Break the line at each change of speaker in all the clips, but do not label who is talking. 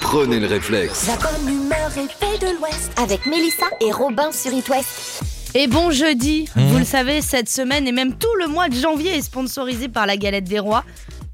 Prenez le réflexe.
La bonne humeur et paix de l'Ouest avec Mélissa et Robin sur It West.
Et bon jeudi, vous le savez, cette semaine et même tout le mois de janvier est sponsorisé par la galette des rois.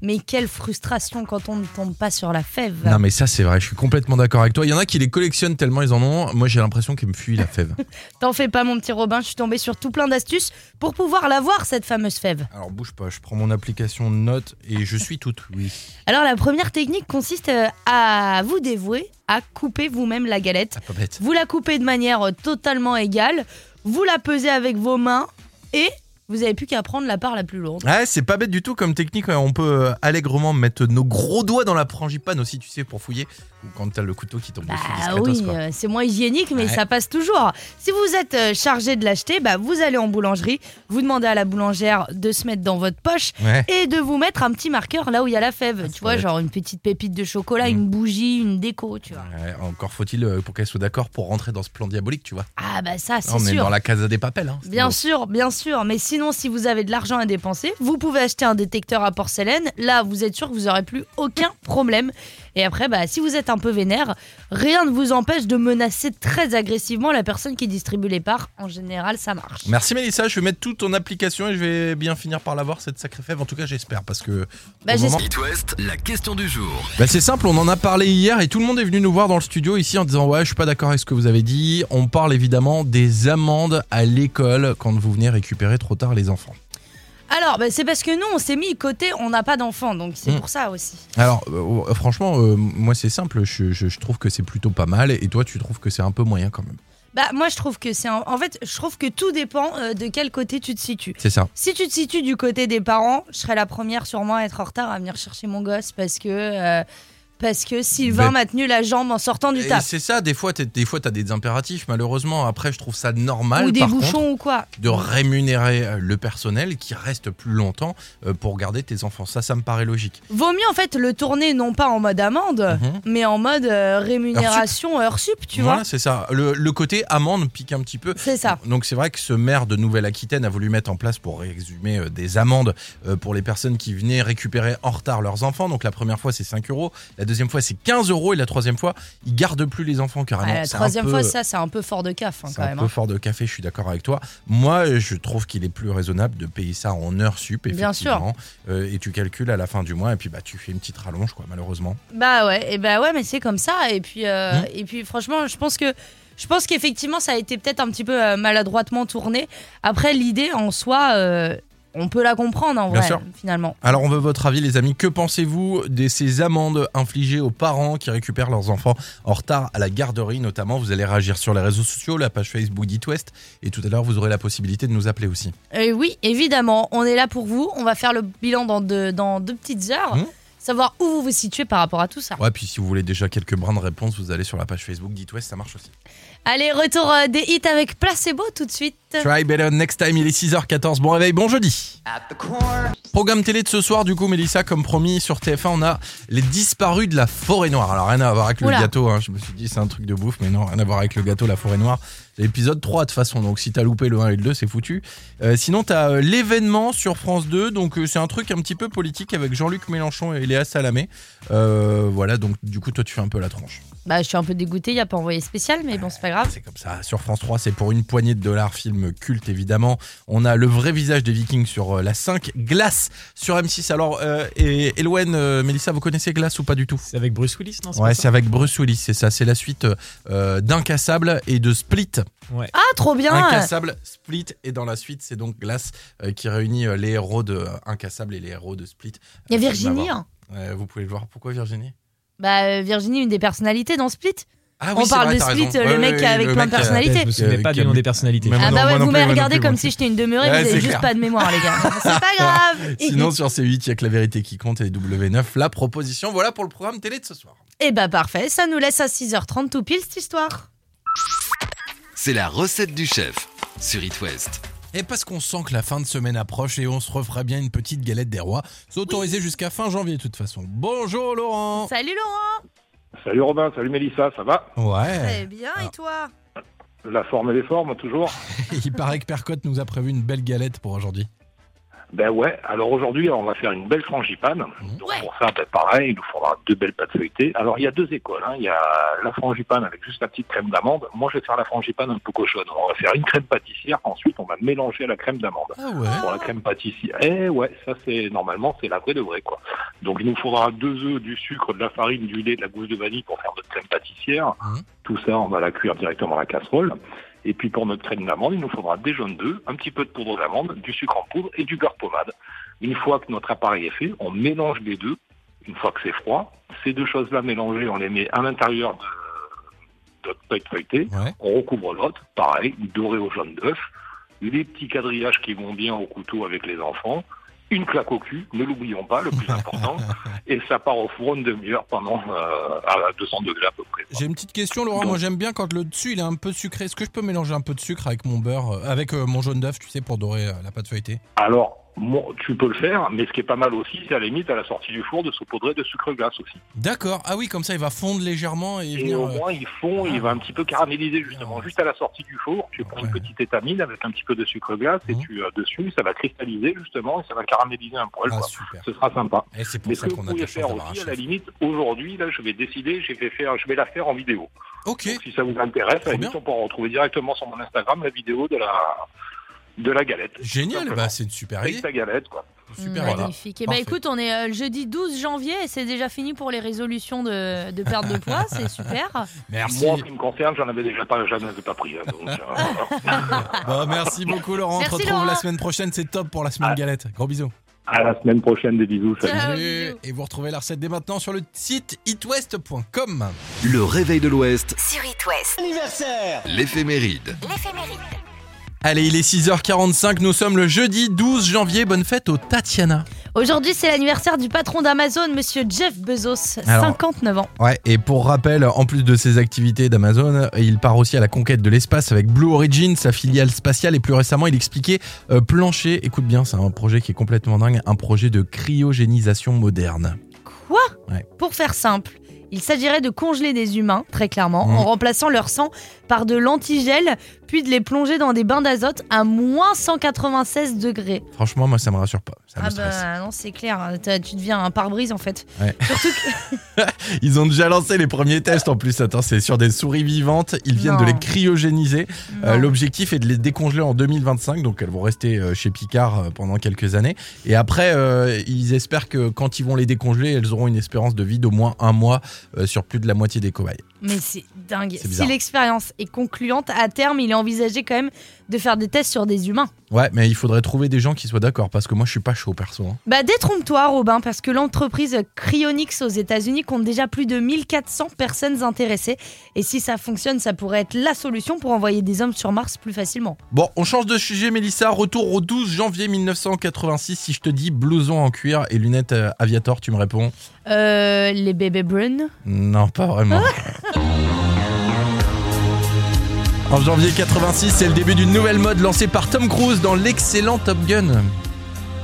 Mais quelle frustration quand on ne tombe pas sur la fève.
Non mais ça c'est vrai, je suis complètement d'accord avec toi. Il y en a qui les collectionnent tellement ils en ont. Moi j'ai l'impression qu'ils me fuient la fève.
T'en fais pas mon petit Robin, je suis tombée sur tout plein d'astuces pour pouvoir l'avoir cette fameuse fève.
Alors bouge pas, je prends mon application de notes et je suis toute oui.
Alors la première technique consiste euh, à vous dévouer, à couper vous-même la galette.
Ah, pas bête.
Vous la coupez de manière euh, totalement égale, vous la pesez avec vos mains et vous avez plus qu'à prendre la part la plus lourde.
Ouais, c'est pas bête du tout comme technique. ouais. On peut euh, allègrement mettre nos gros doigts dans la frangipane aussi, tu sais, pour fouiller. Ou quand t'as le couteau qui tombe dessus.
Bah
discretos,
oui,
quoi.
euh, c'est moins hygiénique, mais
Ouais.
ça passe toujours. Si vous êtes euh, chargé de l'acheter, bah, vous allez en boulangerie, vous demandez à la boulangère de se mettre dans votre poche
Ouais.
et de vous mettre un petit marqueur là où il y a la fève.
Ah, c'est
tu vois,
pas
genre une petite pépite de chocolat,
Mm.
une bougie, une déco, tu vois.
Ouais, encore faut-il euh, pour qu'elle soit d'accord pour rentrer dans ce plan diabolique, tu vois.
Ah bah ça,
Là,
c'est
on est
sûr.
dans la casa des papels. Hein. C'est
Bien
beau.
sûr, bien sûr. Mais sinon, si vous avez de l'argent à dépenser, vous pouvez acheter un détecteur à porcelaine. Là, vous êtes sûr que vous n'aurez plus aucun problème. Et après, bah, si vous êtes un peu vénère, rien ne vous empêche de menacer très agressivement la personne qui distribue les parts. En général, ça marche.
Merci Mélissa, je vais mettre toute ton application et je vais bien finir par l'avoir cette sacrée fève. En tout cas, j'espère parce que.
Bah,
au moment-
It West, la question du jour.
Bah, c'est simple, on en a parlé hier et tout le monde est venu nous voir dans le studio ici en disant ouais, je suis pas d'accord avec ce que vous avez dit. On parle évidemment des amendes à l'école quand vous venez récupérer trop tard les enfants.
Alors, bah, c'est parce que nous, on s'est mis côté, on n'a pas d'enfant. Donc, c'est
Mm.
pour ça aussi.
Alors euh, franchement, euh, moi c'est simple, je, je- je trouve que c'est plutôt pas mal et toi tu trouves que c'est un peu moyen quand même.
Bah, moi, je trouve que c'est. un- En fait, je trouve que tout dépend euh, de quel côté tu te situes.
C'est ça.
Si tu te situes du côté des parents, je serai la première sûrement à être en retard à venir chercher mon gosse parce que euh, parce que Sylvain
Ben-
m'a tenu la jambe en sortant du
Et
taf
C'est ça, des fois t'es- des fois t'as des impératifs malheureusement. Après je trouve ça normal
ou des
par
bouchons
contre
ou quoi.
de rémunérer euh, le personnel qui reste plus longtemps euh, pour garder tes enfants. Ça, ça me paraît logique.
Vaut mieux en fait le tourner non pas en mode amende,
Mhm.
mais en mode euh, rémunération heure sup, tu
voilà,
vois.
c'est ça. Le, le côté amende pique un petit peu.
C'est ça.
Donc c'est vrai que ce maire de Nouvelle-Aquitaine a voulu mettre en place pour résumer euh, des amendes euh, pour les personnes qui venaient récupérer en retard leurs enfants. Donc la première fois c'est 5 euros, la deuxième fois c'est 15 euros et la troisième fois ils gardent plus les enfants carrément.
Ouais, Ah, la
C'est un
troisième
peu-
fois, ça c'est un peu fort de caf hein,
C'est
quand
un
même.
peu
hein.
fort de café, je suis d'accord avec toi. Moi, je trouve qu'il est plus raisonnable de payer ça en heures sup,
Bien
effectivement. Euh, et tu calcules à la fin du mois, et puis bah, tu fais une petite rallonge, quoi, malheureusement.
Bah ouais, et bah ouais, mais c'est comme ça. Et puis euh,
Mhm.
et puis franchement, je pense que je pense qu'effectivement ça a été peut-être un petit peu euh, maladroitement tourné. Après l'idée en soi, euh, on peut la comprendre en
Bien
vrai
sûr.
finalement.
Alors, on veut votre avis, les amis. Que pensez-vous de ces amendes infligées aux parents qui récupèrent leurs enfants en retard à la garderie, notamment Vous allez réagir sur les réseaux sociaux, la page Facebook d'It West. Et tout à l'heure, vous aurez la possibilité de nous appeler aussi.
Et oui, évidemment, on est là pour vous. On va faire le bilan dans deux, dans deux petites heures,
Mhm.
savoir où vous vous situez par rapport à tout ça.
Ouais, puis si vous voulez déjà quelques brins de réponse, vous allez sur la page Facebook d'It West, ça marche aussi.
Allez, retour euh, des hits avec Placebo tout de suite.
Try better next time, il est 6h14. Bon réveil, bon jeudi. Programme télé de ce soir, du coup, Mélissa, comme promis, sur TF1, on a les disparus de la forêt noire. Alors, rien à voir avec
Oula.
le gâteau, hein. je me suis dit, c'est un truc de bouffe, mais non, rien à voir avec le gâteau, la forêt noire. C'est l'épisode 3 de toute façon, donc si t'as loupé le 1 et le 2, c'est foutu. Euh, sinon, t'as euh, l'événement sur France 2, donc euh, c'est un truc un petit peu politique avec Jean-Luc Mélenchon et Léa Salamé. Euh, voilà, donc du coup, toi, tu fais un peu la tranche.
Bah, je suis un peu dégoûtée, il n'y a pas envoyé spécial, mais bon, c'est pas grave.
C'est comme ça. Sur France 3, c'est pour une poignée de dollars, film culte évidemment. On a le vrai visage des Vikings sur euh, la 5, Glace sur M6. Alors, euh, et Eloen, euh, Mélissa, vous connaissez Glace ou pas du tout
C'est avec Bruce Willis, non
Ouais,
pas
c'est avec Bruce Willis, c'est ça. C'est la suite euh, d'Incassable et de Split.
Ah, trop bien
Incassable, Split, et dans la suite, c'est donc Glace euh, qui réunit euh, les héros de euh, Incassable et les héros de Split.
Il y a
Euh, vous
Virginie.
pouvez le
hein.
voir. Euh, vous pouvez le voir. Pourquoi Virginie
Bah, euh, Virginie, une des personnalités dans Split.
Ah
On
c'est
parle de
t'as
Split,
raison.
le
Ouais,
mec
ouais,
avec
le
plein de
mec, euh,
Ah,
personnalités.
Je me souvenais
Euh,
pas du nom
Camus.
des personnalités.
Même-
Ah
Non,
bah ouais,
moi non
vous
plus,
m'avez
moi non
regardé
plus,
comme
moi
si
aussi.
j'étais une demeurée,
Ouais,
vous
c'est
avez juste
clair.
pas de mémoire les gars. C'est pas grave.
Sinon, sur C8, il y a que la vérité qui compte et W9, la proposition. Voilà pour le programme télé de ce soir.
Et bah parfait, ça nous laisse à 6h30 tout pile cette histoire.
C'est la recette du chef sur It West.
Et parce qu'on sent que la fin de semaine approche et on se refera bien une petite galette des rois, c'est autorisé jusqu'à fin janvier de toute façon. Bonjour Laurent
Salut Laurent.
Salut Robin, salut Mélissa, ça va
Très
Ouais,
bien
Ah.
et toi
La forme et les formes, toujours
il paraît que Percotte nous a prévu une belle galette pour aujourd'hui.
Ben ouais, alors aujourd'hui, on va faire une belle frangipane. Donc
Ouais.
pour ça, ben pareil, il nous faudra deux belles pâtes feuilletées. Alors il y a deux écoles, hein. il y a la frangipane avec juste la petite crème d'amande. Moi, je vais faire la frangipane un peu cochonne. On va faire une crème pâtissière, ensuite on va mélanger la crème d'amande.
Ah ouais.
Pour la crème pâtissière. Eh ouais, ça c'est normalement c'est la vraie de vrai quoi. Donc il nous faudra deux œufs, du sucre, de la farine, du lait, de la gousse de vanille pour faire notre crème pâtissière.
Mhm.
Tout ça on va la cuire directement à la casserole. Et puis pour notre crème d'amande, il nous faudra des jaunes d'œufs, un petit peu de poudre d'amande, du sucre en poudre et du beurre pommade. Une fois que notre appareil est fait, on mélange les deux. Une fois que c'est froid, ces deux choses-là mélangées, on les met à l'intérieur de notre feuille feuilletée.
Ouais.
On recouvre l'autre, pareil, doré au jaune d'œuf, les petits quadrillages qui vont bien au couteau avec les enfants, une claque au cul, ne l'oublions pas, le plus important, et ça part au four une demi-heure pendant euh, à 200 degrés à peu près. quoi.
J'ai une petite question, Laurent. Moi, j'aime bien quand le dessus il est un peu sucré. Est-ce que je peux mélanger un peu de sucre avec mon beurre, euh, avec euh, mon jaune d'œuf, tu sais, pour dorer euh, la pâte feuilletée
Alors, bon, tu peux le faire, mais ce qui est pas mal aussi, c'est à la limite, à la sortie du four, de saupoudrer de sucre glace aussi.
D'accord. Ah oui, comme ça, il va fondre légèrement et,
Et
venir,
au
euh,
moins, il fond, il va un petit peu caraméliser justement. Juste à la sortie du four, tu prends une
Ouais.
petite étamine avec un petit peu de sucre glace et
Mhm.
tu euh, dessus, ça va cristalliser justement et ça va caraméliser un poil.
Ah,
quoi.
super.
Ce sera sympa.
Et c'est pour
Mais ce
ça
que vous
qu'on a de
pouvez
la chance
faire
d'avoir un
aussi, à la
chef.
limite, aujourd'hui, là, je vais décider, je vais, faire, je vais la faire en vidéo.
Ok.
Donc, si ça vous intéresse,
Trop
à la limite,
bien.
on peut retrouver directement sur mon Instagram la vidéo de la, de la galette.
Génial.
Simplement.
Bah, c'est une super
Avec
idée.
ta galette, quoi.
Super idée.
Magnifique. Et bah
Parfait.
écoute, on est euh, le jeudi 12 janvier et c'est déjà fini pour les résolutions de, de perte de poids, c'est super.
Merci.
Moi, en ce qui me concerne, j'en avais déjà pas, jamais pas pris. hein, donc, euh, voilà.
Bon, Bah, merci beaucoup, Laurent.
Merci,
On te retrouve
Laurent.
la semaine prochaine. C'est top pour la semaine
Ah.
galette. Gros bisous.
à la semaine prochaine, des bisous. salut.
Ciao,
Salut.
bisous.
Et vous retrouvez la recette dès maintenant sur le site itwest.com.
Le réveil de l'Ouest,
Sur It West.
l'éphéméride.
L'éphéméride.
Allez, il est 6h45. Nous sommes le jeudi 12 janvier. Bonne fête aux Tatiana.
Aujourd'hui, c'est l'anniversaire du patron d'Amazon, monsieur Jeff Bezos,
Alors-
59 ans.
Ouais, et pour rappel, en plus de ses activités d'Amazon, il part aussi à la conquête de l'espace avec Blue Origin, sa filiale spatiale, et plus récemment, il expliquait euh, Plancher. Écoute bien, c'est un projet qui est complètement dingue, un projet de cryogénisation moderne.
Quoi
Ouais.
Pour faire simple, il s'agirait de congeler des humains, très clairement,
Mhm.
en remplaçant leur sang par de l'antigel, puis de les plonger dans des bains d'azote à moins 196 degrés.
Franchement, moi, ça me rassure pas. Ça me
Ah
stresse.
bah non, c'est clair, t'as- tu deviens un pare-brise en fait.
Ils ont déjà lancé les premiers tests en plus. Attends, c'est sur des souris vivantes. Ils viennent
Non.
de les cryogéniser. Euh,
Non.
L'objectif est de les décongeler en 2025. Donc elles vont rester euh, chez Picard euh, pendant quelques années. Et après, euh, ils espèrent que quand ils vont les décongeler, elles auront une espérance de vie d'au moins un mois euh, sur plus de la moitié des cobayes.
Mais c'est dingue.
C'est
Si
bizarre.
l'expérience est concluante, à terme, il est envisagé quand même de faire des tests sur des humains.
Ouais, mais il faudrait trouver des gens qui soient d'accord parce que moi, je suis pas chaud perso. hein.
Bah détrompe-toi Robin, parce que l'entreprise Cryonix aux États-Unis compte déjà plus de 1400 personnes intéressées. Et si ça fonctionne, ça pourrait être la solution pour envoyer des hommes sur Mars plus facilement.
Bon, on change de sujet, Mélissa. Retour au 12 janvier 1986. Si je te dis blouson en cuir et lunettes euh, aviator, tu me réponds
Euh, les bébés brunes.
Non, pas vraiment. en janvier 86, c'est le début d'une nouvelle mode lancée par Tom Cruise dans l'excellent Top Gun.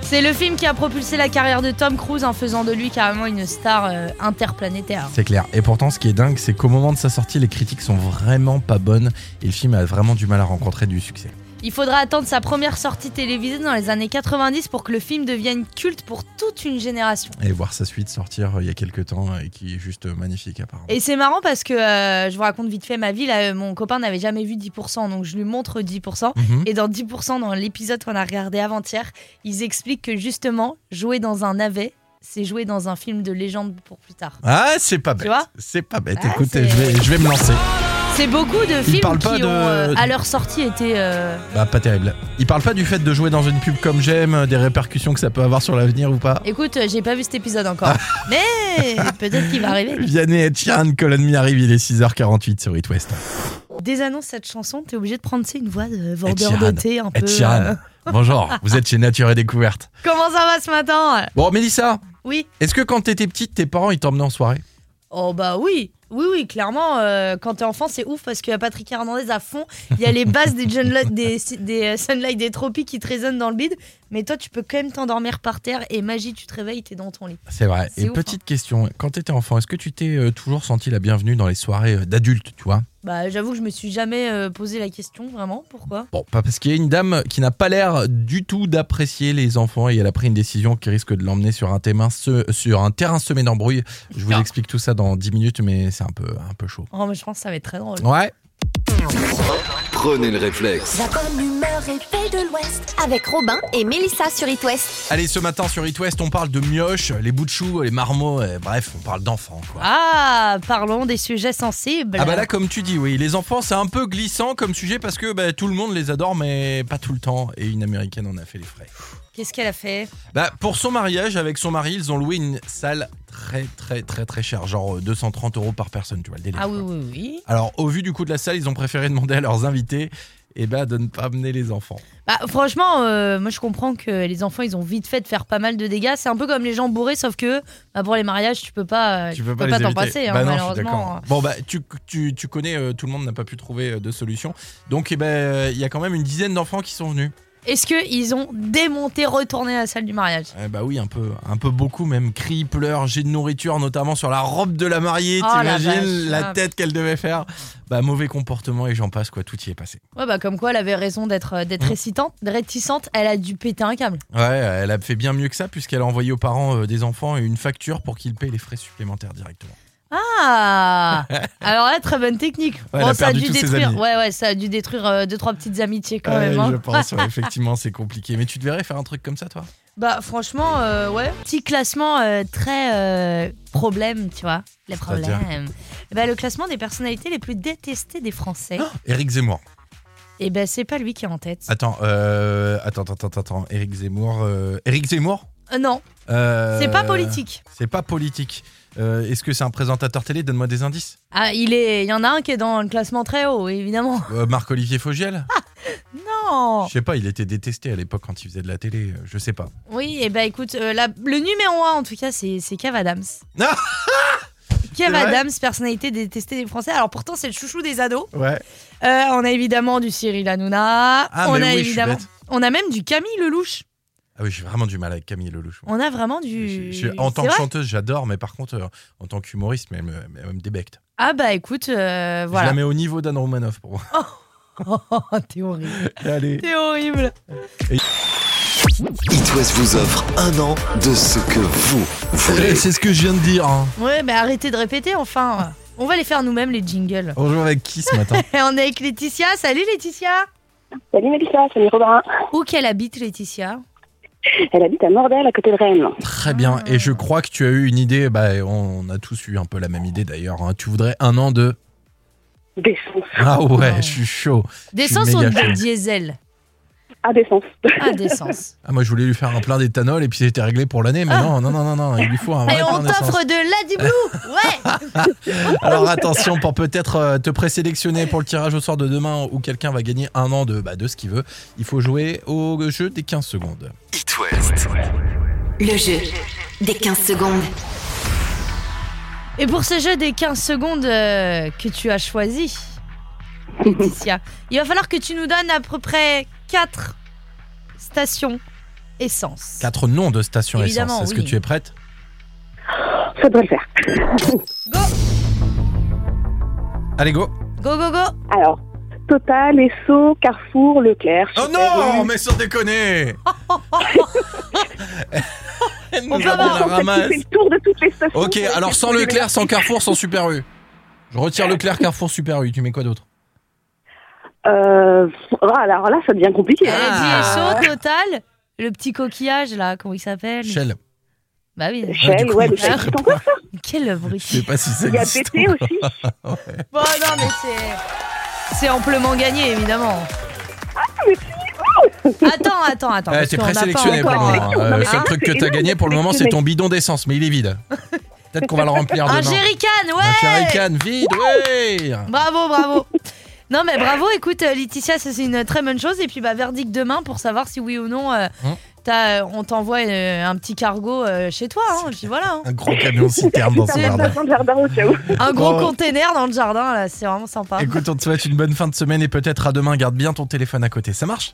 C'est le film qui a propulsé la carrière de Tom Cruise en faisant de lui carrément une star euh, interplanétaire.
C'est clair. Et pourtant, ce qui est dingue, c'est qu'au moment de sa sortie, les critiques sont vraiment pas bonnes et le film a vraiment du mal à rencontrer du succès.
Il faudra attendre sa première sortie télévisée dans les années 90 pour que le film devienne culte pour toute une génération.
Et voir sa suite sortir euh, il y a quelques temps euh, et qui est juste euh, magnifique apparemment.
Et c'est marrant parce que euh, je vous raconte vite fait ma vie. Là, euh, mon copain n'avait jamais vu 10%, donc je lui montre 10%.
Mhm.
Et dans 10%, dans l'épisode qu'on a regardé avant-hier, ils expliquent que justement, jouer dans un navet, c'est jouer dans un film de légende pour plus tard.
Ah, c'est pas
Tu
bête.
vois
C'est pas bête.
Ah,
Écoute, je
c'est-
vais, je vais me lancer.
C'est beaucoup de films
parlent
qui
pas
ont,
de-
euh, à leur sortie, été euh,
Bah, pas terrible. Il parle pas du fait de jouer dans une pub comme j'aime, euh, des répercussions que ça peut avoir sur l'avenir ou pas.
Écoute, euh, j'ai pas vu cet épisode encore.
Ah.
Mais peut-être qu'il va arriver.
Vianney et Chiran, Colonne Me arrive, il est 6h48 sur It West.
Désannonce cette chanson, t'es obligé de prendre tu sais, une voix de
Ed
vendeur
Sheeran.
de thé un peu. euh.
Ed Sheeran, bonjour, vous êtes chez Nature et Découverte.
Comment ça va ce matin
Bon, Mélissa,
Oui.
est-ce que quand t'étais petite, tes parents ils t'emmenaient en soirée
Oh bah oui, oui, oui, clairement, euh, quand t'es enfant, c'est ouf parce qu'il y a Patrick Hernandez à fond, il y a les basses des, John Lo- des, des euh, Sunlight des Tropiques qui te résonnent dans le bide, mais toi tu peux quand même t'endormir par terre et magie, tu te réveilles, t'es dans ton lit.
C'est vrai.
C'est ouf,
Et
hein.
petite question, quand t'étais enfant, est-ce que tu t'es euh, toujours senti la bienvenue dans les soirées euh, d'adultes, tu vois
Bah, j'avoue que je me suis jamais euh, posé la question, vraiment. Pourquoi
Bon, pas parce qu'il y a une dame qui n'a pas l'air du tout d'apprécier les enfants et elle a pris une décision qui risque de l'emmener sur un, terrain se- sur un terrain semé d'embrouilles. Je vous
Ah.
explique tout ça dans 10 minutes, mais c'est un peu, un peu chaud.
Oh, mais je pense que ça va être très drôle.
Ouais.
Prenez le réflexe.
La bonne humeur et paix de l'Ouest avec Robin et Mélissa sur It West.
Allez, ce matin sur It West, on parle de mioches, les bouts de choux, les marmots, et bref, on parle d'enfants, quoi.
Ah, parlons des sujets sensibles.
Ah bah là comme tu dis oui, les enfants c'est un peu glissant comme sujet parce que bah, tout le monde les adore mais pas tout le temps et une américaine en a fait les frais.
Qu'est-ce qu'elle a fait
Bah, pour son mariage, avec son mari, ils ont loué une salle très, très, très, très chère, genre euh, 230 euros par personne, tu vois, le délire.
Ah oui, oui, oui.
Alors, au vu du coût de la salle, ils ont préféré demander à leurs invités eh ben, de ne pas amener les enfants.
Bah, franchement, euh, moi je comprends que les enfants ils ont vite fait de faire pas mal de dégâts. C'est un peu comme les gens bourrés, sauf que bah, pour les mariages, tu peux pas, euh, tu peux pas,
les
t'en
éviter.
passer, hein,
Bah non, je suis
malheureusement.
d'accord. Bon, bah, tu, tu, tu connais, euh, tout le monde n'a pas pu trouver euh, de solution. Donc, eh ben, euh, il y a quand même une dizaine d'enfants qui sont venus.
Est-ce qu'ils ont démonté, retourné la salle du mariage
Eh bah oui, un peu, un peu beaucoup même. Cris, pleurs, jets de nourriture, notamment sur la robe de la mariée,
Oh la
t'imagines
vache,
la,
ah.
tête qu'elle devait faire. Bah, mauvais comportement et j'en passe, quoi, tout y est passé.
Ouais, bah comme quoi elle avait raison d'être euh, d'être
Mm.
récitante- réticente, elle a dû péter un câble.
Ouais, elle a fait bien mieux que ça puisqu'elle a envoyé aux parents euh, des enfants une facture pour qu'ils paient les frais supplémentaires directement.
Ah Alors là, très bonne technique.
Ouais, elle a
ça a
perdu
dû
tous ses
détruire.
amis.
Ouais, ouais, ça a dû détruire euh, deux trois petites amitiés quand
Ouais,
même. hein.
je pense, ouais, effectivement, c'est compliqué. Mais tu devrais faire un truc comme ça, toi
Bah franchement, euh, ouais. Petit classement euh, très euh, problème, tu vois. Les
C'est-à-dire
problèmes. Bah, le classement des personnalités les plus détestées des Français.
Éric Zemmour.
Et ben c'est pas lui qui est en tête.
Attends, euh, attends, attends, attends, attends. Éric Zemmour. euh, Éric Zemmour
Euh, non,
Euh,
c'est pas politique.
C'est pas politique. Euh, Est-ce que c'est un présentateur télé Donne-moi des indices.
Ah, il est, il y en a un qui est dans le classement très haut, évidemment.
Euh, Marc-Olivier Fogiel
Non.
Je sais pas, il était détesté à l'époque quand il faisait de la télé. euh, Je sais pas.
Oui, et ben écoute, euh, la- le numéro un en tout cas, c'est c'est Kev Adams.
Ah
Kev
vrai
Adams, personnalité détestée des Français. Alors pourtant, c'est le chouchou des ados.
Ouais.
Euh, on a évidemment du Cyril Hanouna.
Ah,
on a
mais oui, je suis
évidemment.
bête.
On a même du Camille Lelouch.
Ah oui, j'ai vraiment du mal avec Camille Lelouch.
On a vraiment
Je-
du.
je- en tant
C'est
que
vrai
chanteuse, j'adore, mais par contre, euh, en tant qu'humoriste, mais elle me, elle me débecte.
Ah bah écoute, euh,
Je la
voilà. Oh,
mets au niveau d'Anne Romanoff pour moi.
T'es horrible.
Allez.
T'es horrible.
It West vous offre un an de ce que vous voulez.
C'est ce que je viens de dire. hein.
Ouais, mais arrêtez de répéter enfin. On va les faire nous-mêmes les jingles.
On joue avec qui ce matin
Et on est avec Laetitia. Salut Laetitia.
Salut Mélissa, salut Robin.
Où qu'elle habite Laetitia
Elle habite à Mordel, à côté de Rennes.
Très bien. Et je crois que tu as eu une idée. Bah, on a tous eu un peu la même idée d'ailleurs. hein. Tu voudrais un an de.
D'essence.
Ah ouais,
Oh.
je suis chaud.
D'essence
suis
ou
méga
de
chaud.
diesel
Ah, d'essence.
Ah d'essence.
Ah, moi, je voulais lui faire un plein d'éthanol et puis c'était réglé pour l'année. Mais non, non, non, non, non. Il lui faut un vrai
Et
plein
on
d'essence.
t'offre de l'Adiblu Ouais
Alors attention pour peut-être euh, te présélectionner pour le tirage au sort de demain où quelqu'un va gagner un an de, bah, de ce qu'il veut. Il faut jouer au jeu des 15 secondes.
It West.
Le jeu des 15 secondes.
Et pour ce jeu des 15 secondes euh, que tu as choisi, Laetitia, il va falloir que tu nous donnes à peu près 4 stations essence.
Quatre noms de stations
Évidemment,
essence. Est-ce
oui.
que tu es prête
Ça devrait le faire.
Allez go
Go, go, go
Alors, Total, Esso, Carrefour, Leclerc.
Oh
Super
non
U.
Mais sans déconner Elle nous
Ah bah, On
a
peut
mis
avoir
la
un concept
ramasse.
qui fait le tour de toutes les stations.
Ok, alors sans Leclerc, sans Carrefour, sans Super U. Je retire Leclerc, Carrefour, Super U. Tu mets quoi d'autre
Euh, ah, alors là, ça devient compliqué.
Elle
hein.
Ah.
a dit SO, total, le petit coquillage là, comment il s'appelle
Shell.
Bah oui,
Ah, du
Shell,
coup,
ouais, mais
je
ça
sais
existe
pas.
encore ça.
quel
Je sais
bruit
pas si ça
Il y a
existe.
BT aussi.
Ah,
Bon, non, mais c'est. C'est amplement gagné, évidemment. Attends, attends, attends.
Eh,
parce
T'es
qu'on n'a pas
présélectionné pour
encore,
moi.
euh,
hein. Euh,
Non,
Le
mais
seul
hein,
truc que
c'est
t'as
une
gagné pour le moment, c'est ton bidon d'essence, mais il est vide. Peut-être qu'on va le remplir
Un
demain.
jerrycan, Ah, ouais
Un jerrycan vide, ouais
Bravo, bravo. Non mais bravo, écoute euh, Laetitia, ça c'est une très bonne chose et puis bah verdict demain pour savoir si oui ou non euh,
Hum.
t'as, euh, on t'envoie euh, un petit cargo euh, chez toi hein, et puis voilà. hein.
Un gros camion citerne dans son
C'est une
jardin.
station de jardin au cas où.
Un gros
Oh.
container dans le jardin là, c'est vraiment sympa.
Écoute, on te souhaite une bonne fin de semaine et peut-être à demain. Garde bien ton téléphone à côté. Ça marche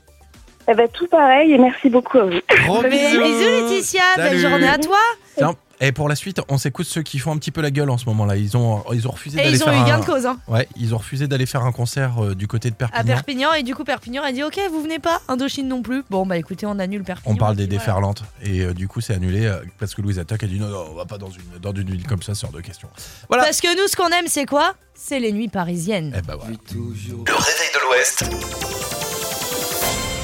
Eh ben, tout pareil, et merci beaucoup à vous.
Gros
Mais Bisous Laetitia, belle
Oh, Salut.
journée à toi.
Tiens, Et pour la suite, on s'écoute ceux qui font un petit peu la gueule en ce moment-là. Ils ont, ils ont refusé
Et
d'aller
ils ont
faire
eu gain
un...
de cause, hein.
Ouais, ils ont refusé d'aller faire un concert euh, du côté de
À
Perpignan.
Perpignan, et du coup, Perpignan a dit Ok, vous venez pas, Indochine non plus. Bon, bah écoutez, on annule Perpignan.
On parle des
Et puis, voilà.
déferlantes et euh, du coup c'est annulé euh, parce que Louise Attaque a dit non non on va pas dans une dans une ville comme ça c'est hors de question. Voilà.
Parce que nous, ce qu'on aime, c'est quoi C'est les nuits parisiennes.
Eh ben voilà.
Le réveil de l'Ouest.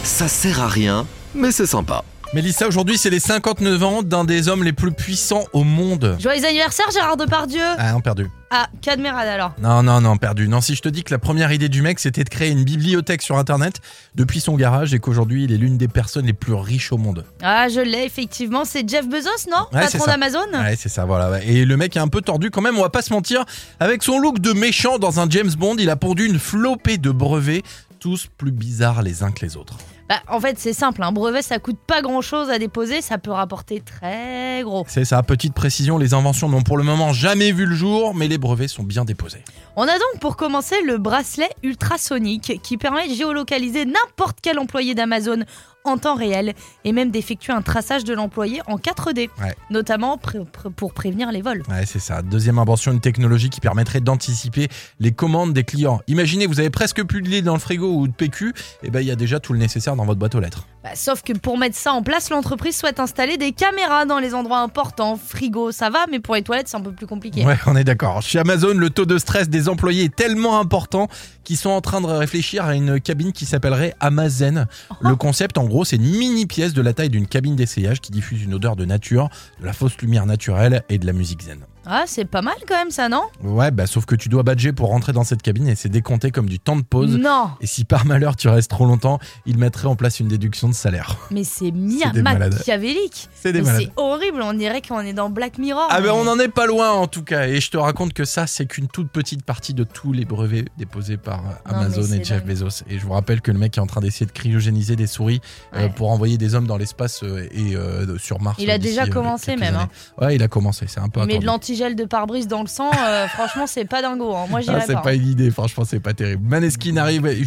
Ça sert à rien, mais c'est sympa.
Mélissa aujourd'hui c'est les 59 ans d'un des hommes les plus puissants au monde.
Joyeux anniversaire, Gérard Depardieu
Ah non perdu.
Ah, Cadmerade alors.
Non non non perdu. Non si je te dis que la première idée du mec c'était de créer une bibliothèque sur internet depuis son garage et qu'aujourd'hui il est l'une des personnes les plus riches au monde.
Ah, je l'ai, effectivement. C'est Jeff Bezos, non
Ouais, c'est
Patron
ça.
d'Amazon
Ouais, c'est ça, voilà. ouais. Et le mec est un peu tordu quand même, on va pas se mentir. Avec son look de méchant dans un James Bond, il a pondu une flopée de brevets, tous plus bizarres les uns que les autres.
Bah, En fait, c'est simple. Un brevet, ça coûte pas grand chose à déposer. Ça peut rapporter très gros.
C'est ça, petite précision, les inventions n'ont pour le moment jamais vu le jour, mais les brevets sont bien déposés.
On a donc pour commencer le bracelet ultrasonique qui permet de géolocaliser n'importe quel employé d'Amazon en temps réel et même d'effectuer un traçage de l'employé en 4D,
Ouais.
notamment pré- pré- pour prévenir les vols.
Ouais, c'est ça. Deuxième invention, une technologie qui permettrait d'anticiper les commandes des clients. Imaginez, vous avez presque plus de lait dans le frigo ou de PQ, et ben il y a déjà tout le nécessaire dans votre boîte aux lettres.
Bah, sauf que pour mettre ça en place, l'entreprise souhaite installer des caméras dans les endroits importants. Frigo, ça va, mais pour les toilettes, c'est un peu plus compliqué.
Ouais, on est d'accord. Chez Amazon, le taux de stress des employés est tellement important qu'ils sont en train de réfléchir à une cabine qui s'appellerait Amazon.
Oh.
Le concept, en gros, c'est une mini pièce de la taille d'une cabine d'essayage qui diffuse une odeur de nature, de la fausse lumière naturelle et de la musique zen.
Ah, c'est pas mal quand même ça, non
Ouais, bah sauf que tu dois badger pour rentrer dans cette cabine et c'est décompté comme du temps de pause.
Non,
Et si par malheur tu restes trop longtemps, ils mettraient en place une déduction de salaire.
mais c'est
des malades.
machiavélique.
C'est des
Mais
malades.
C'est horrible, on dirait qu'on est dans Black Mirror.
Ah ben
Mais-
on n'en est pas loin en tout cas et je te raconte que ça c'est qu'une toute petite partie de tous les brevets déposés par euh,
Non, mais
Amazon et
c'est
Jeff
dingue.
Bezos et je vous rappelle que le mec est en train d'essayer de cryogéniser des souris euh,
Ouais.
pour envoyer des hommes dans l'espace euh, et euh, sur Mars.
Il a
euh, d'ici,
déjà
euh,
commencé
quelques
même, hein.
années. Ouais il a commencé c'est un peu
Mais de
attendu.
l'antigel de pare-brise dans le sang, euh, franchement, c'est pas dingo. hein. Moi,
Ah,
j'irais
c'est
pas.
pas une idée franchement c'est pas terrible. Maneskin arrive et-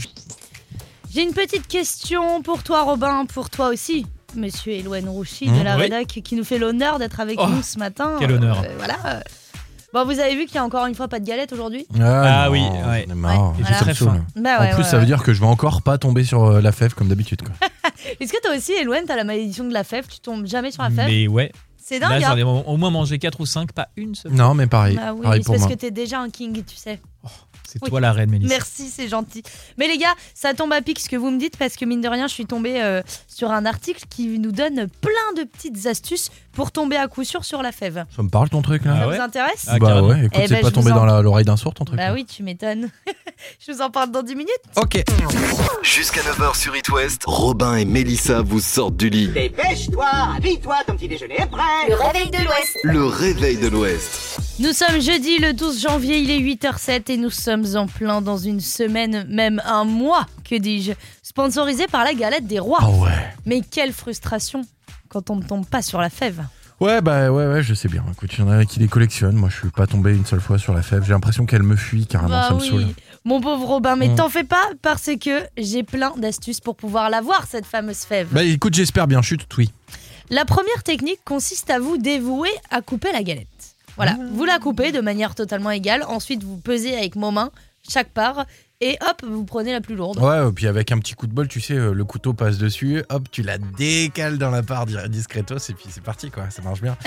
J'ai une petite question pour toi, Robin, pour toi aussi. Monsieur Eloine Rouchy de
Mmh,
la
oui.
rédac qui nous fait l'honneur d'être avec
Oh,
nous ce matin.
quel honneur.
Euh, voilà. Bon, vous avez vu qu'il y a encore une fois pas de galette aujourd'hui
Ah
non,
oui,
j'en ai
ouais.
marre.
Et j'ai
Ça me
très
saoule.
faim.
Bah
en plus, ça veut dire que je vais encore pas tomber sur euh, la fève comme d'habitude. quoi.
Est-ce que toi aussi, Eloine, t'as la malédiction de la fève Tu tombes jamais sur la fève
Mais ouais,
Ah, C'est
là
dingue,
j'en
hein
ai au moins mangé 4 ou 5, pas une seule.
Non, mais pareil.
Ah oui,
pareil
mais c'est
pour
parce
moi.
que t'es déjà un king, tu sais.
C'est
Oui.
toi la reine, Mélissa.
Merci, c'est gentil. Mais les gars, ça tombe à pic ce que vous me dites parce que mine de rien, je suis tombée euh, sur un article qui nous donne plein de petites astuces pour tomber à coup sûr sur la fève.
Ça me parle ton truc là
Ah
ça
ouais
vous intéresse
Ah,
Bah
carrément.
ouais, écoute,
Eh
c'est
ben,
pas
je vous
tombé
en-
dans la- l'oreille d'un sourd ton truc.
Bah
là.
oui, tu m'étonnes. je vous en parle dans 10 minutes.
Ok.
Jusqu'à 9h sur It West, Robin et Mélissa vous sortent du lit.
Dépêche-toi, habille-toi, ton petit déjeuner est prêt.
Le réveil de l'Ouest.
Le réveil de l'Ouest.
Nous sommes jeudi le 12 janvier, il est 8h07 et nous sommes en plein dans une semaine, même un mois, que dis-je, sponsorisé par la galette des rois.
Ah
Oh.
ouais.
Mais quelle frustration quand on ne tombe pas sur la fève.
Ouais, bah ouais, ouais, je sais bien. Écoute, il y en a qui les collectionnent. Moi, je suis pas tombé une seule fois sur la fève. J'ai l'impression qu'elle me fuit carrément,
Bah
Ah ça me
oui,
saoule.
mon pauvre Robin, mais
Mm.
t'en fais pas parce que j'ai plein d'astuces pour pouvoir l'avoir, cette fameuse fève.
Bah écoute, j'espère bien, chute, oui.
La première technique consiste à vous dévouer à couper la galette. Voilà,
Ah.
vous la coupez de manière totalement égale, ensuite vous pesez avec vos mains chaque part et hop, vous prenez la plus lourde.
Ouais, et puis avec un petit coup de bol, tu sais, euh, le couteau passe dessus, hop, tu la décales dans la part di- discretos et puis c'est parti quoi, ça marche bien.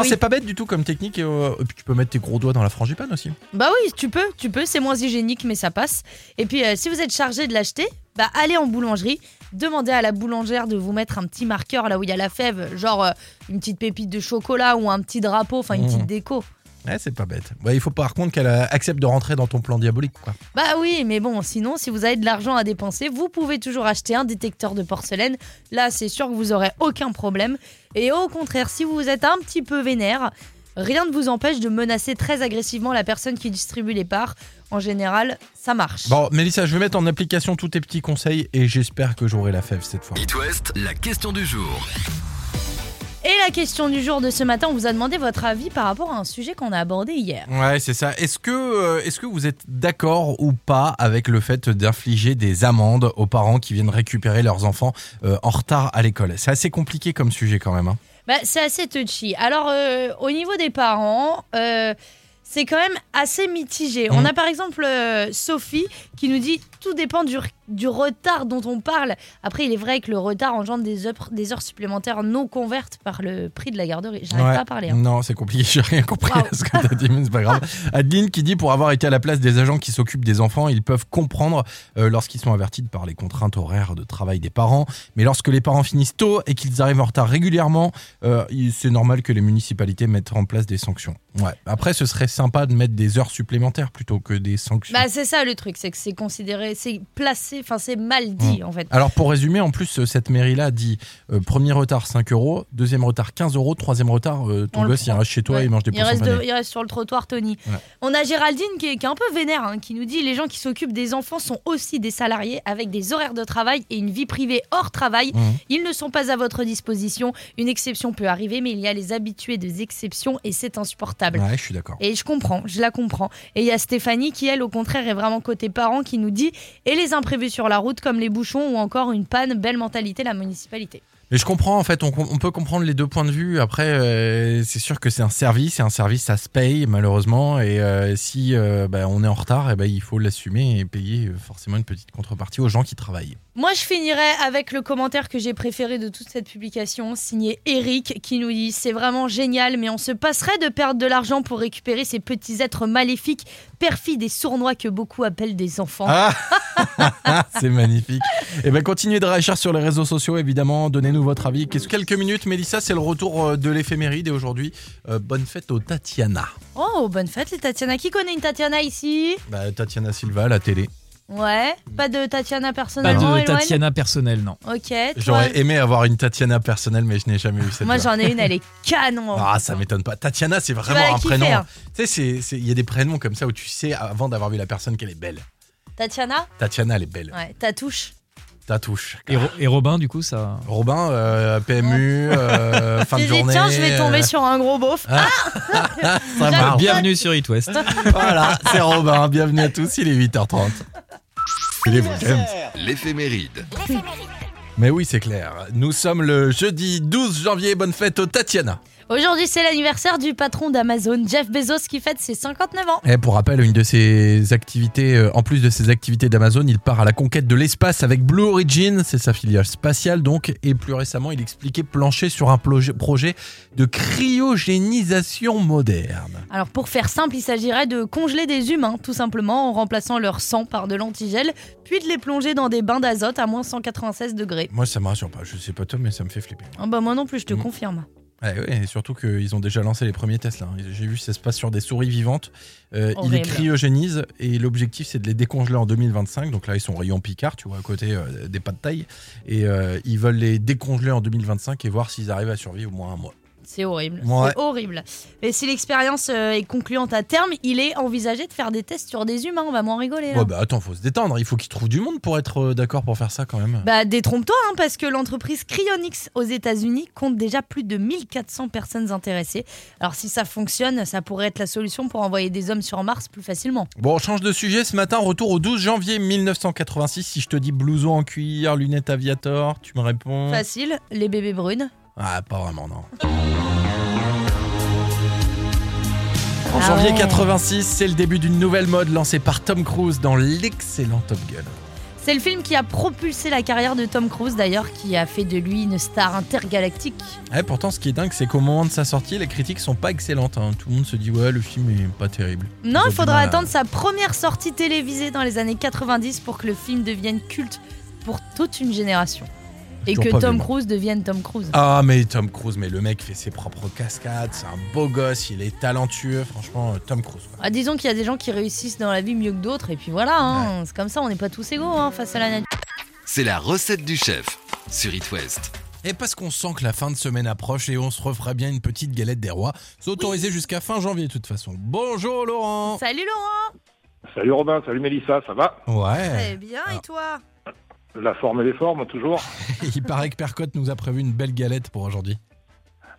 Oui.
c'est pas bête du tout comme technique. Et, euh, et puis tu peux mettre tes gros doigts dans la frangipane aussi.
Bah oui, tu peux, tu peux, c'est moins hygiénique mais ça passe. Et puis euh, si vous êtes chargé de l'acheter, bah allez en boulangerie, demandez à la boulangère de vous mettre un petit marqueur là où il y a la fève, genre euh, une petite pépite de chocolat ou un petit drapeau, enfin une
Mm.
petite déco.
Ouais, c'est pas bête. Ouais, il faut par contre qu'elle euh, accepte de rentrer dans ton plan diabolique quoi.
Bah oui, mais bon, sinon, si vous avez de l'argent à dépenser, vous pouvez toujours acheter un détecteur de porcelaine. Là, c'est sûr que vous aurez aucun problème. Et au contraire, si vous êtes un petit peu vénère, rien ne vous empêche de menacer très agressivement la personne qui distribue les parts. En général, ça marche.
Bon, Mélissa, je vais mettre en application tous tes petits conseils et j'espère que j'aurai la fève cette fois.
It West, la question du jour.
Et la question du jour de ce matin, on vous a demandé votre avis par rapport à un sujet qu'on a abordé hier.
Ouais, c'est ça. Est-ce que, euh, est-ce que vous êtes d'accord ou pas avec le fait d'infliger des amendes aux parents qui viennent récupérer leurs enfants euh, en retard à l'école C'est assez compliqué comme sujet quand même. hein.
Bah, c'est assez touchy. Alors, euh, au niveau des parents, euh, c'est quand même assez mitigé. On
Mhm.
a par exemple euh, Sophie qui nous dit tout dépend du, re- du retard dont on parle. Après, il est vrai que le retard engendre des heures, des heures supplémentaires non convertes par le prix de la garderie. J'arrive
Ouais. Mmh.
pas à parler. hein.
Non, c'est compliqué, j'ai rien compris
Waouh.
à ce que t'as dit, mais c'est pas grave. Adeline qui dit pour avoir été à la place des agents qui s'occupent des enfants, ils peuvent comprendre euh, lorsqu'ils sont avertis par les contraintes horaires de travail des parents. Mais lorsque les parents finissent tôt et qu'ils arrivent en retard régulièrement, euh, il- c'est normal que les municipalités mettent en place des sanctions. Ouais. Après, ce serait sympa de mettre des heures supplémentaires plutôt que des sanctions.
Bah, c'est ça le truc, c'est que c'est considéré, c'est placé, enfin c'est mal dit en fait.
Alors pour résumer, en plus, euh, cette mairie-là dit euh, premier retard 5 euros, deuxième retard 15 euros, troisième retard, euh,
On
ton
le
gosse il
prend.
reste chez toi
Ouais.
il mange des
il
poissons
reste, de-
panés.
il reste sur le trottoir, Tony.
Ouais.
On a Géraldine qui est, qui est un peu vénère, hein, qui nous dit les gens qui s'occupent des enfants sont aussi des salariés avec des horaires de travail et une vie privée hors travail.
Mhm.
Ils ne sont pas à votre disposition. Une exception peut arriver, mais il y a les habitués des exceptions et c'est insupportable.
Ouais, je suis d'accord.
Et je comprends, je la comprends. Et il y a Stéphanie qui, elle, au contraire, est vraiment côté parent qui nous dit et les imprévus sur la route comme les bouchons ou encore une panne, belle mentalité la municipalité.
Mais je comprends, en fait, on, com- on peut comprendre les deux points de vue. Après, euh, c'est sûr que c'est un service, et un service, ça se paye, malheureusement. Et euh, si euh, bah, on est en retard, eh ben, il faut l'assumer et payer euh, forcément une petite contrepartie aux gens qui travaillent.
Moi, je finirai avec le commentaire que j'ai préféré de toute cette publication, signé Eric, qui nous dit C'est vraiment génial, mais on se passerait de perdre de l'argent pour récupérer ces petits êtres maléfiques, perfides et sournois que beaucoup appellent des enfants.
Ah C'est magnifique. Et ben, continuez de réagir sur les réseaux sociaux, évidemment. Donnez-nous votre avis. Qu'est-ce- Quelques minutes, Mélissa, c'est le retour euh, de l'éphéméride. Et aujourd'hui, euh, bonne fête aux Tatiana.
Oh, bonne fête, les Tatiana. Qui connaît une Tatiana ici
Bah, Tatiana Silva à la télé.
Ouais. Pas de Tatiana
Pas
personnellement,
de
Eloane
Tatiana personnelle, non.
Ok, toi.
J'aurais aimé avoir une Tatiana personnelle, mais je n'ai jamais eu cette
Moi, j'en ai une, elle est canon.
Ah, ça m'étonne pas. Tatiana, c'est
Oh, Tu vas la
vraiment un
kiffer,
prénom.
hein.
Tu sais, c'est- c'est- il y a des prénoms comme ça où tu sais avant d'avoir vu la personne qu'elle est belle.
Tatiana
Tatiana, elle est belle.
Ouais, Tatouche.
Tatouche.
Et, Ro- et Robin, du coup, ça.
Robin, euh, PMU, euh, fin de
Tu dis,
journée.
tiens, je vais tomber
euh,
sur un gros beauf.
Ça
J'adore.
marche.
Ah, Bienvenue sur It West.
Voilà, c'est Robin. Bienvenue à tous. Il est 8h30. Il est vous, James.
L'éphéméride.
Mais oui, c'est clair. Nous sommes le jeudi 12 janvier. Bonne fête aux Tatiana.
Aujourd'hui, c'est l'anniversaire du patron d'Amazon, Jeff Bezos, qui fête ses 59 ans.
Et pour rappel, une de ses activités, euh, en plus de ses activités d'Amazon, il part à la conquête de l'espace avec Blue Origin, c'est sa filiale spatiale donc, et plus récemment, il expliquait plancher sur un ploge- projet de cryogénisation moderne.
Alors, pour faire simple, il s'agirait de congeler des humains, tout simplement, en remplaçant leur sang par de l'antigel, puis de les plonger dans des bains d'azote à moins 196 degrés.
Moi, ça me rassure pas, je sais pas toi, mais ça me fait flipper.
Ah bah, moi non plus, je te
Mm.
confirme.
Ouais, ouais, et surtout qu'ils ont déjà lancé les premiers tests là. hein. J'ai vu, ça se passe sur des souris vivantes. Euh, il les
Horrible.
cryogénise et l'objectif c'est de les décongeler en 2025. Donc là, ils sont au rayon Picard, tu vois, à côté euh, des pas de taille. Et euh, ils veulent les décongeler en 2025 et voir s'ils arrivent à survivre au moins un mois.
C'est horrible.
Ouais.
C'est horrible. Et si l'expérience euh, est concluante à terme, il est envisagé de faire des tests sur des humains. On va moins rigoler. hein. là.
Ouais, bah attends, faut se détendre. Il faut qu'ils trouvent du monde pour être euh, d'accord pour faire ça quand même.
Bah détrompe-toi hein, parce que l'entreprise Cryonix aux États-Unis compte déjà plus de 1400 personnes intéressées. Alors si ça fonctionne, ça pourrait être la solution pour envoyer des hommes sur Mars plus facilement.
Bon, on change de sujet ce matin. Retour au 12 janvier 1986. Si je te dis blouson en cuir, lunettes aviator, tu me réponds.
Facile, les bébés brunes.
Ah, pas vraiment, non. En
Ah
janvier
ouais.
86, c'est le début d'une nouvelle mode lancée par Tom Cruise dans l'excellent Top Gun.
C'est le film qui a propulsé la carrière de Tom Cruise d'ailleurs, qui a fait de lui une star intergalactique.
Ouais, Eh, pourtant, ce qui est dingue, c'est qu'au moment de sa sortie, les critiques sont pas excellentes. hein. Tout le monde se dit, ouais, le film est pas terrible.
Non,
Ils ont
il
du
faudra
mal hein. à-
attendre sa première sortie télévisée dans les années 90 pour que le film devienne culte pour toute une génération. Et
Toujours
que
pas vu,
Tom
moi.
Cruise devienne Tom Cruise.
Ah, mais Tom Cruise, mais le mec fait ses propres cascades, c'est un beau gosse, il est talentueux. Franchement, euh, Tom Cruise. quoi.
Ah, disons qu'il y a des gens qui réussissent dans la vie mieux que d'autres, et puis voilà, hein, c'est comme ça, on n'est pas tous égaux hein, face à la nature.
C'est la recette du chef sur It West.
Et parce qu'on sent que la fin de semaine approche et on se refera bien une petite galette des rois, c'est autorisé jusqu'à fin janvier de toute façon. Bonjour Laurent
Salut Laurent eh
Salut Robin, salut Mélissa, ça va
Ouais,
bien,
et
toi
La forme et les formes, toujours
il paraît que Percotte nous a prévu une belle galette pour aujourd'hui.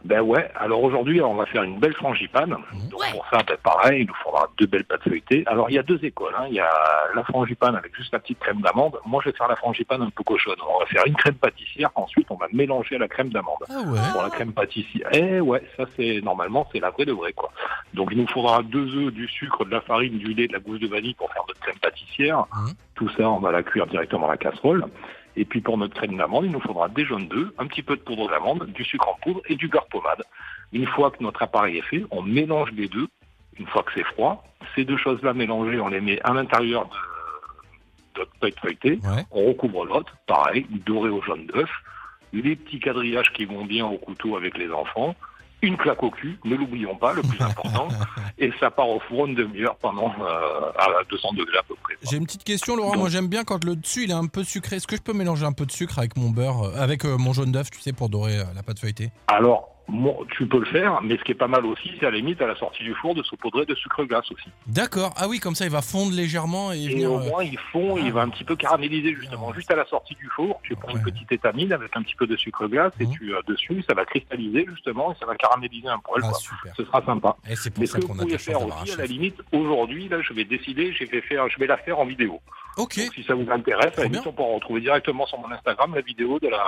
Ben ouais, alors aujourd'hui, on va faire une belle frangipane. Donc
Ouais.
pour ça, ben pareil, il nous faudra deux belles pâtes feuilletées. Alors il y a deux écoles, hein. il y a la frangipane avec juste la petite crème d'amande. Moi, je vais faire la frangipane un peu cochonne. On va faire une crème pâtissière, ensuite on va mélanger la crème d'amande.
Ah ouais.
Pour la crème pâtissière, eh ouais, ça c'est normalement c'est la vraie de vrai quoi. Donc il nous faudra deux œufs, du sucre, de la farine, du lait, de la gousse de vanille pour faire notre crème pâtissière.
Mhm.
Tout ça, on va la cuire directement dans la casserole. Et puis pour notre crème d'amande, il nous faudra des jaunes d'œufs, un petit peu de poudre d'amande, du sucre en poudre et du beurre pommade. Une fois que notre appareil est fait, on mélange les deux. Une fois que c'est froid, ces deux choses-là mélangées, on les met à l'intérieur de notre pâte feuilletée
Ouais.
on recouvre l'autre, pareil, doré au jaune d'œuf, les petits quadrillages qui vont bien au couteau avec les enfants, une claque au cul, ne l'oublions pas, le plus important, et ça part au four une demi-heure pendant euh, à 200 degrés à peu près. quoi.
J'ai une petite question, Laurent. Moi, j'aime bien quand le dessus il est un peu sucré. Est-ce que je peux mélanger un peu de sucre avec mon beurre, euh, avec euh, mon jaune d'œuf, tu sais, pour dorer euh, la pâte feuilletée
Alors, moi, tu peux le faire, mais ce qui est pas mal aussi, c'est à la limite, à la sortie du four, de saupoudrer de sucre glace aussi.
D'accord. Ah oui, comme ça, il va fondre légèrement et,
Et
venir.
au
euh,
moins, ils font, il va un petit peu caraméliser justement. Juste à la sortie du four, tu prends une
Ah. Ouais.
petite étamine avec un petit peu de sucre glace et
Mhm.
tu euh, dessus, ça va cristalliser justement et ça va caraméliser un poil.
Ah,
quoi.
super.
Ce sera sympa.
Et c'est pour
Mais ce
ça
que vous
qu'on a de
pouvez
la chance
faire
d'avoir un
aussi, à la
chef.
limite, aujourd'hui, là, je vais décider, je vais, faire, je vais la faire en vidéo.
Ok.
Donc, si ça vous intéresse,
Trop
à la limite,
bien.
on pourra retrouver directement sur mon Instagram la vidéo de la,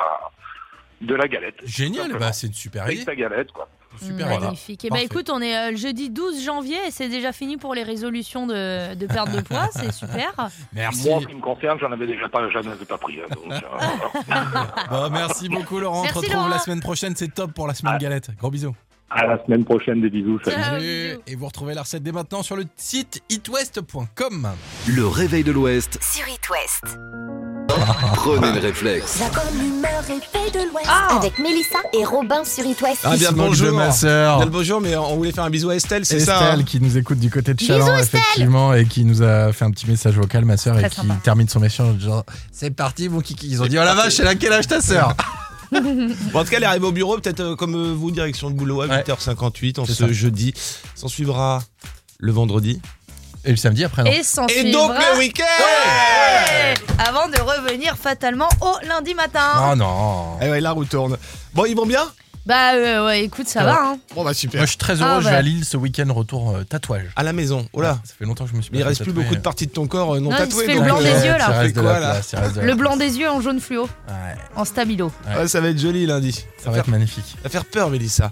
de la galette.
Génial. Bah, c'est une super
Avec
idée.
ta galette, quoi.
Super idée.
Magnifique. Et bah
Parfait.
écoute, on est euh, le jeudi 12 janvier et c'est déjà fini pour les résolutions de, de perte de poids. C'est super.
Merci.
Moi, en ce qui me concerne, j'en avais déjà pas, j'en avais pas pris. hein, donc, euh, voilà.
Bah, merci beaucoup, Laurent.
Merci,
on te retrouve
Laurent.
la semaine prochaine. C'est top pour la semaine
Ah.
galette. Gros bisous.
à la semaine prochaine, des bisous. salut.
Ciao,
Salut.
bisous.
Et vous retrouvez la recette dès maintenant sur le site itwest.com.
Le réveil de l'Ouest,
Sur It West.
prenez le réflexe.
La bonne humeur et paix de l'Ouest.
Ah
Avec Mélissa et Robin sur It West.
Ah, bien
Il se moque
bonjour.
de ma sœur.
Bien le bonjour, mais on voulait faire un bisou à Estelle, c'est
Estelle
ça hein
qui nous écoute du côté de Chaland, effectivement, et qui nous a fait un petit message vocal, ma sœur, et
Très
qui
sympa.
termine son message en disant C'est parti, mon kiki. Ils ont dit Oh la vache, elle a quel âge ta sœur
hein. Bon, En tout cas, elle arrive au bureau, peut-être euh, comme euh, vous, direction de boulot à
Ouais.
8h58, en
C'est
ce
ça.
jeudi. S'en suivra le vendredi.
Et le samedi après, non
Et sans
Et donc le week-end
Avant de revenir fatalement au lundi matin.
Oh non
Eh ouais, la roue tourne. Bon, ils vont bien
Bah euh, ouais, écoute, ça va. Hein.
Bon, bah
Moi,
super.
je suis très heureux,
Ah,
je vais
bah.
à Lille ce week-end, retour euh, tatouage.
À la maison, oh là.
Ça fait longtemps que je me suis
Mais il
pas
reste
fait
plus
tatouer.
beaucoup de parties de ton corps euh, non
Non, il se
tatouées.
fait le
donc,
blanc
euh,
des yeux, là.
Ça reste
fait
de la
quoi, là
place, ça reste de la
Le blanc
place.
des yeux en jaune fluo,
Ouais,
en stabilo.
Ouais, ça va être joli lundi.
ça va être magnifique.
Ça va faire peur, Mélissa.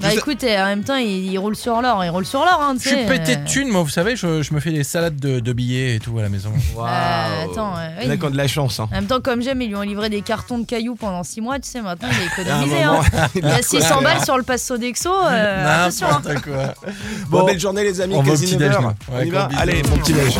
Bah
Juste-
écoute, eh, en même temps, il, il roule sur l'or, il roule sur l'or. Hein,
Je suis pété de thunes, moi, vous savez, je, je me fais des salades de, de billets et tout à la maison.
Waouh.
attends, euh,
Il y en a
oui.
qui ont de la chance. Hein.
En même temps, comme j'aime, ils lui ont livré des cartons de cailloux pendant 6 mois, tu sais, maintenant il est
Il y a un
économisé.
moment-
hein. Il a 600 balles sur le pass Sodexo, euh, attention. hein.
N'importe quoi.
Bon, belle journée, les amis.
On va au
quasi
petit-déj,
9h.
moi.
On
Ouais,
y va
gros bisous.
Allez, bon petit-déj.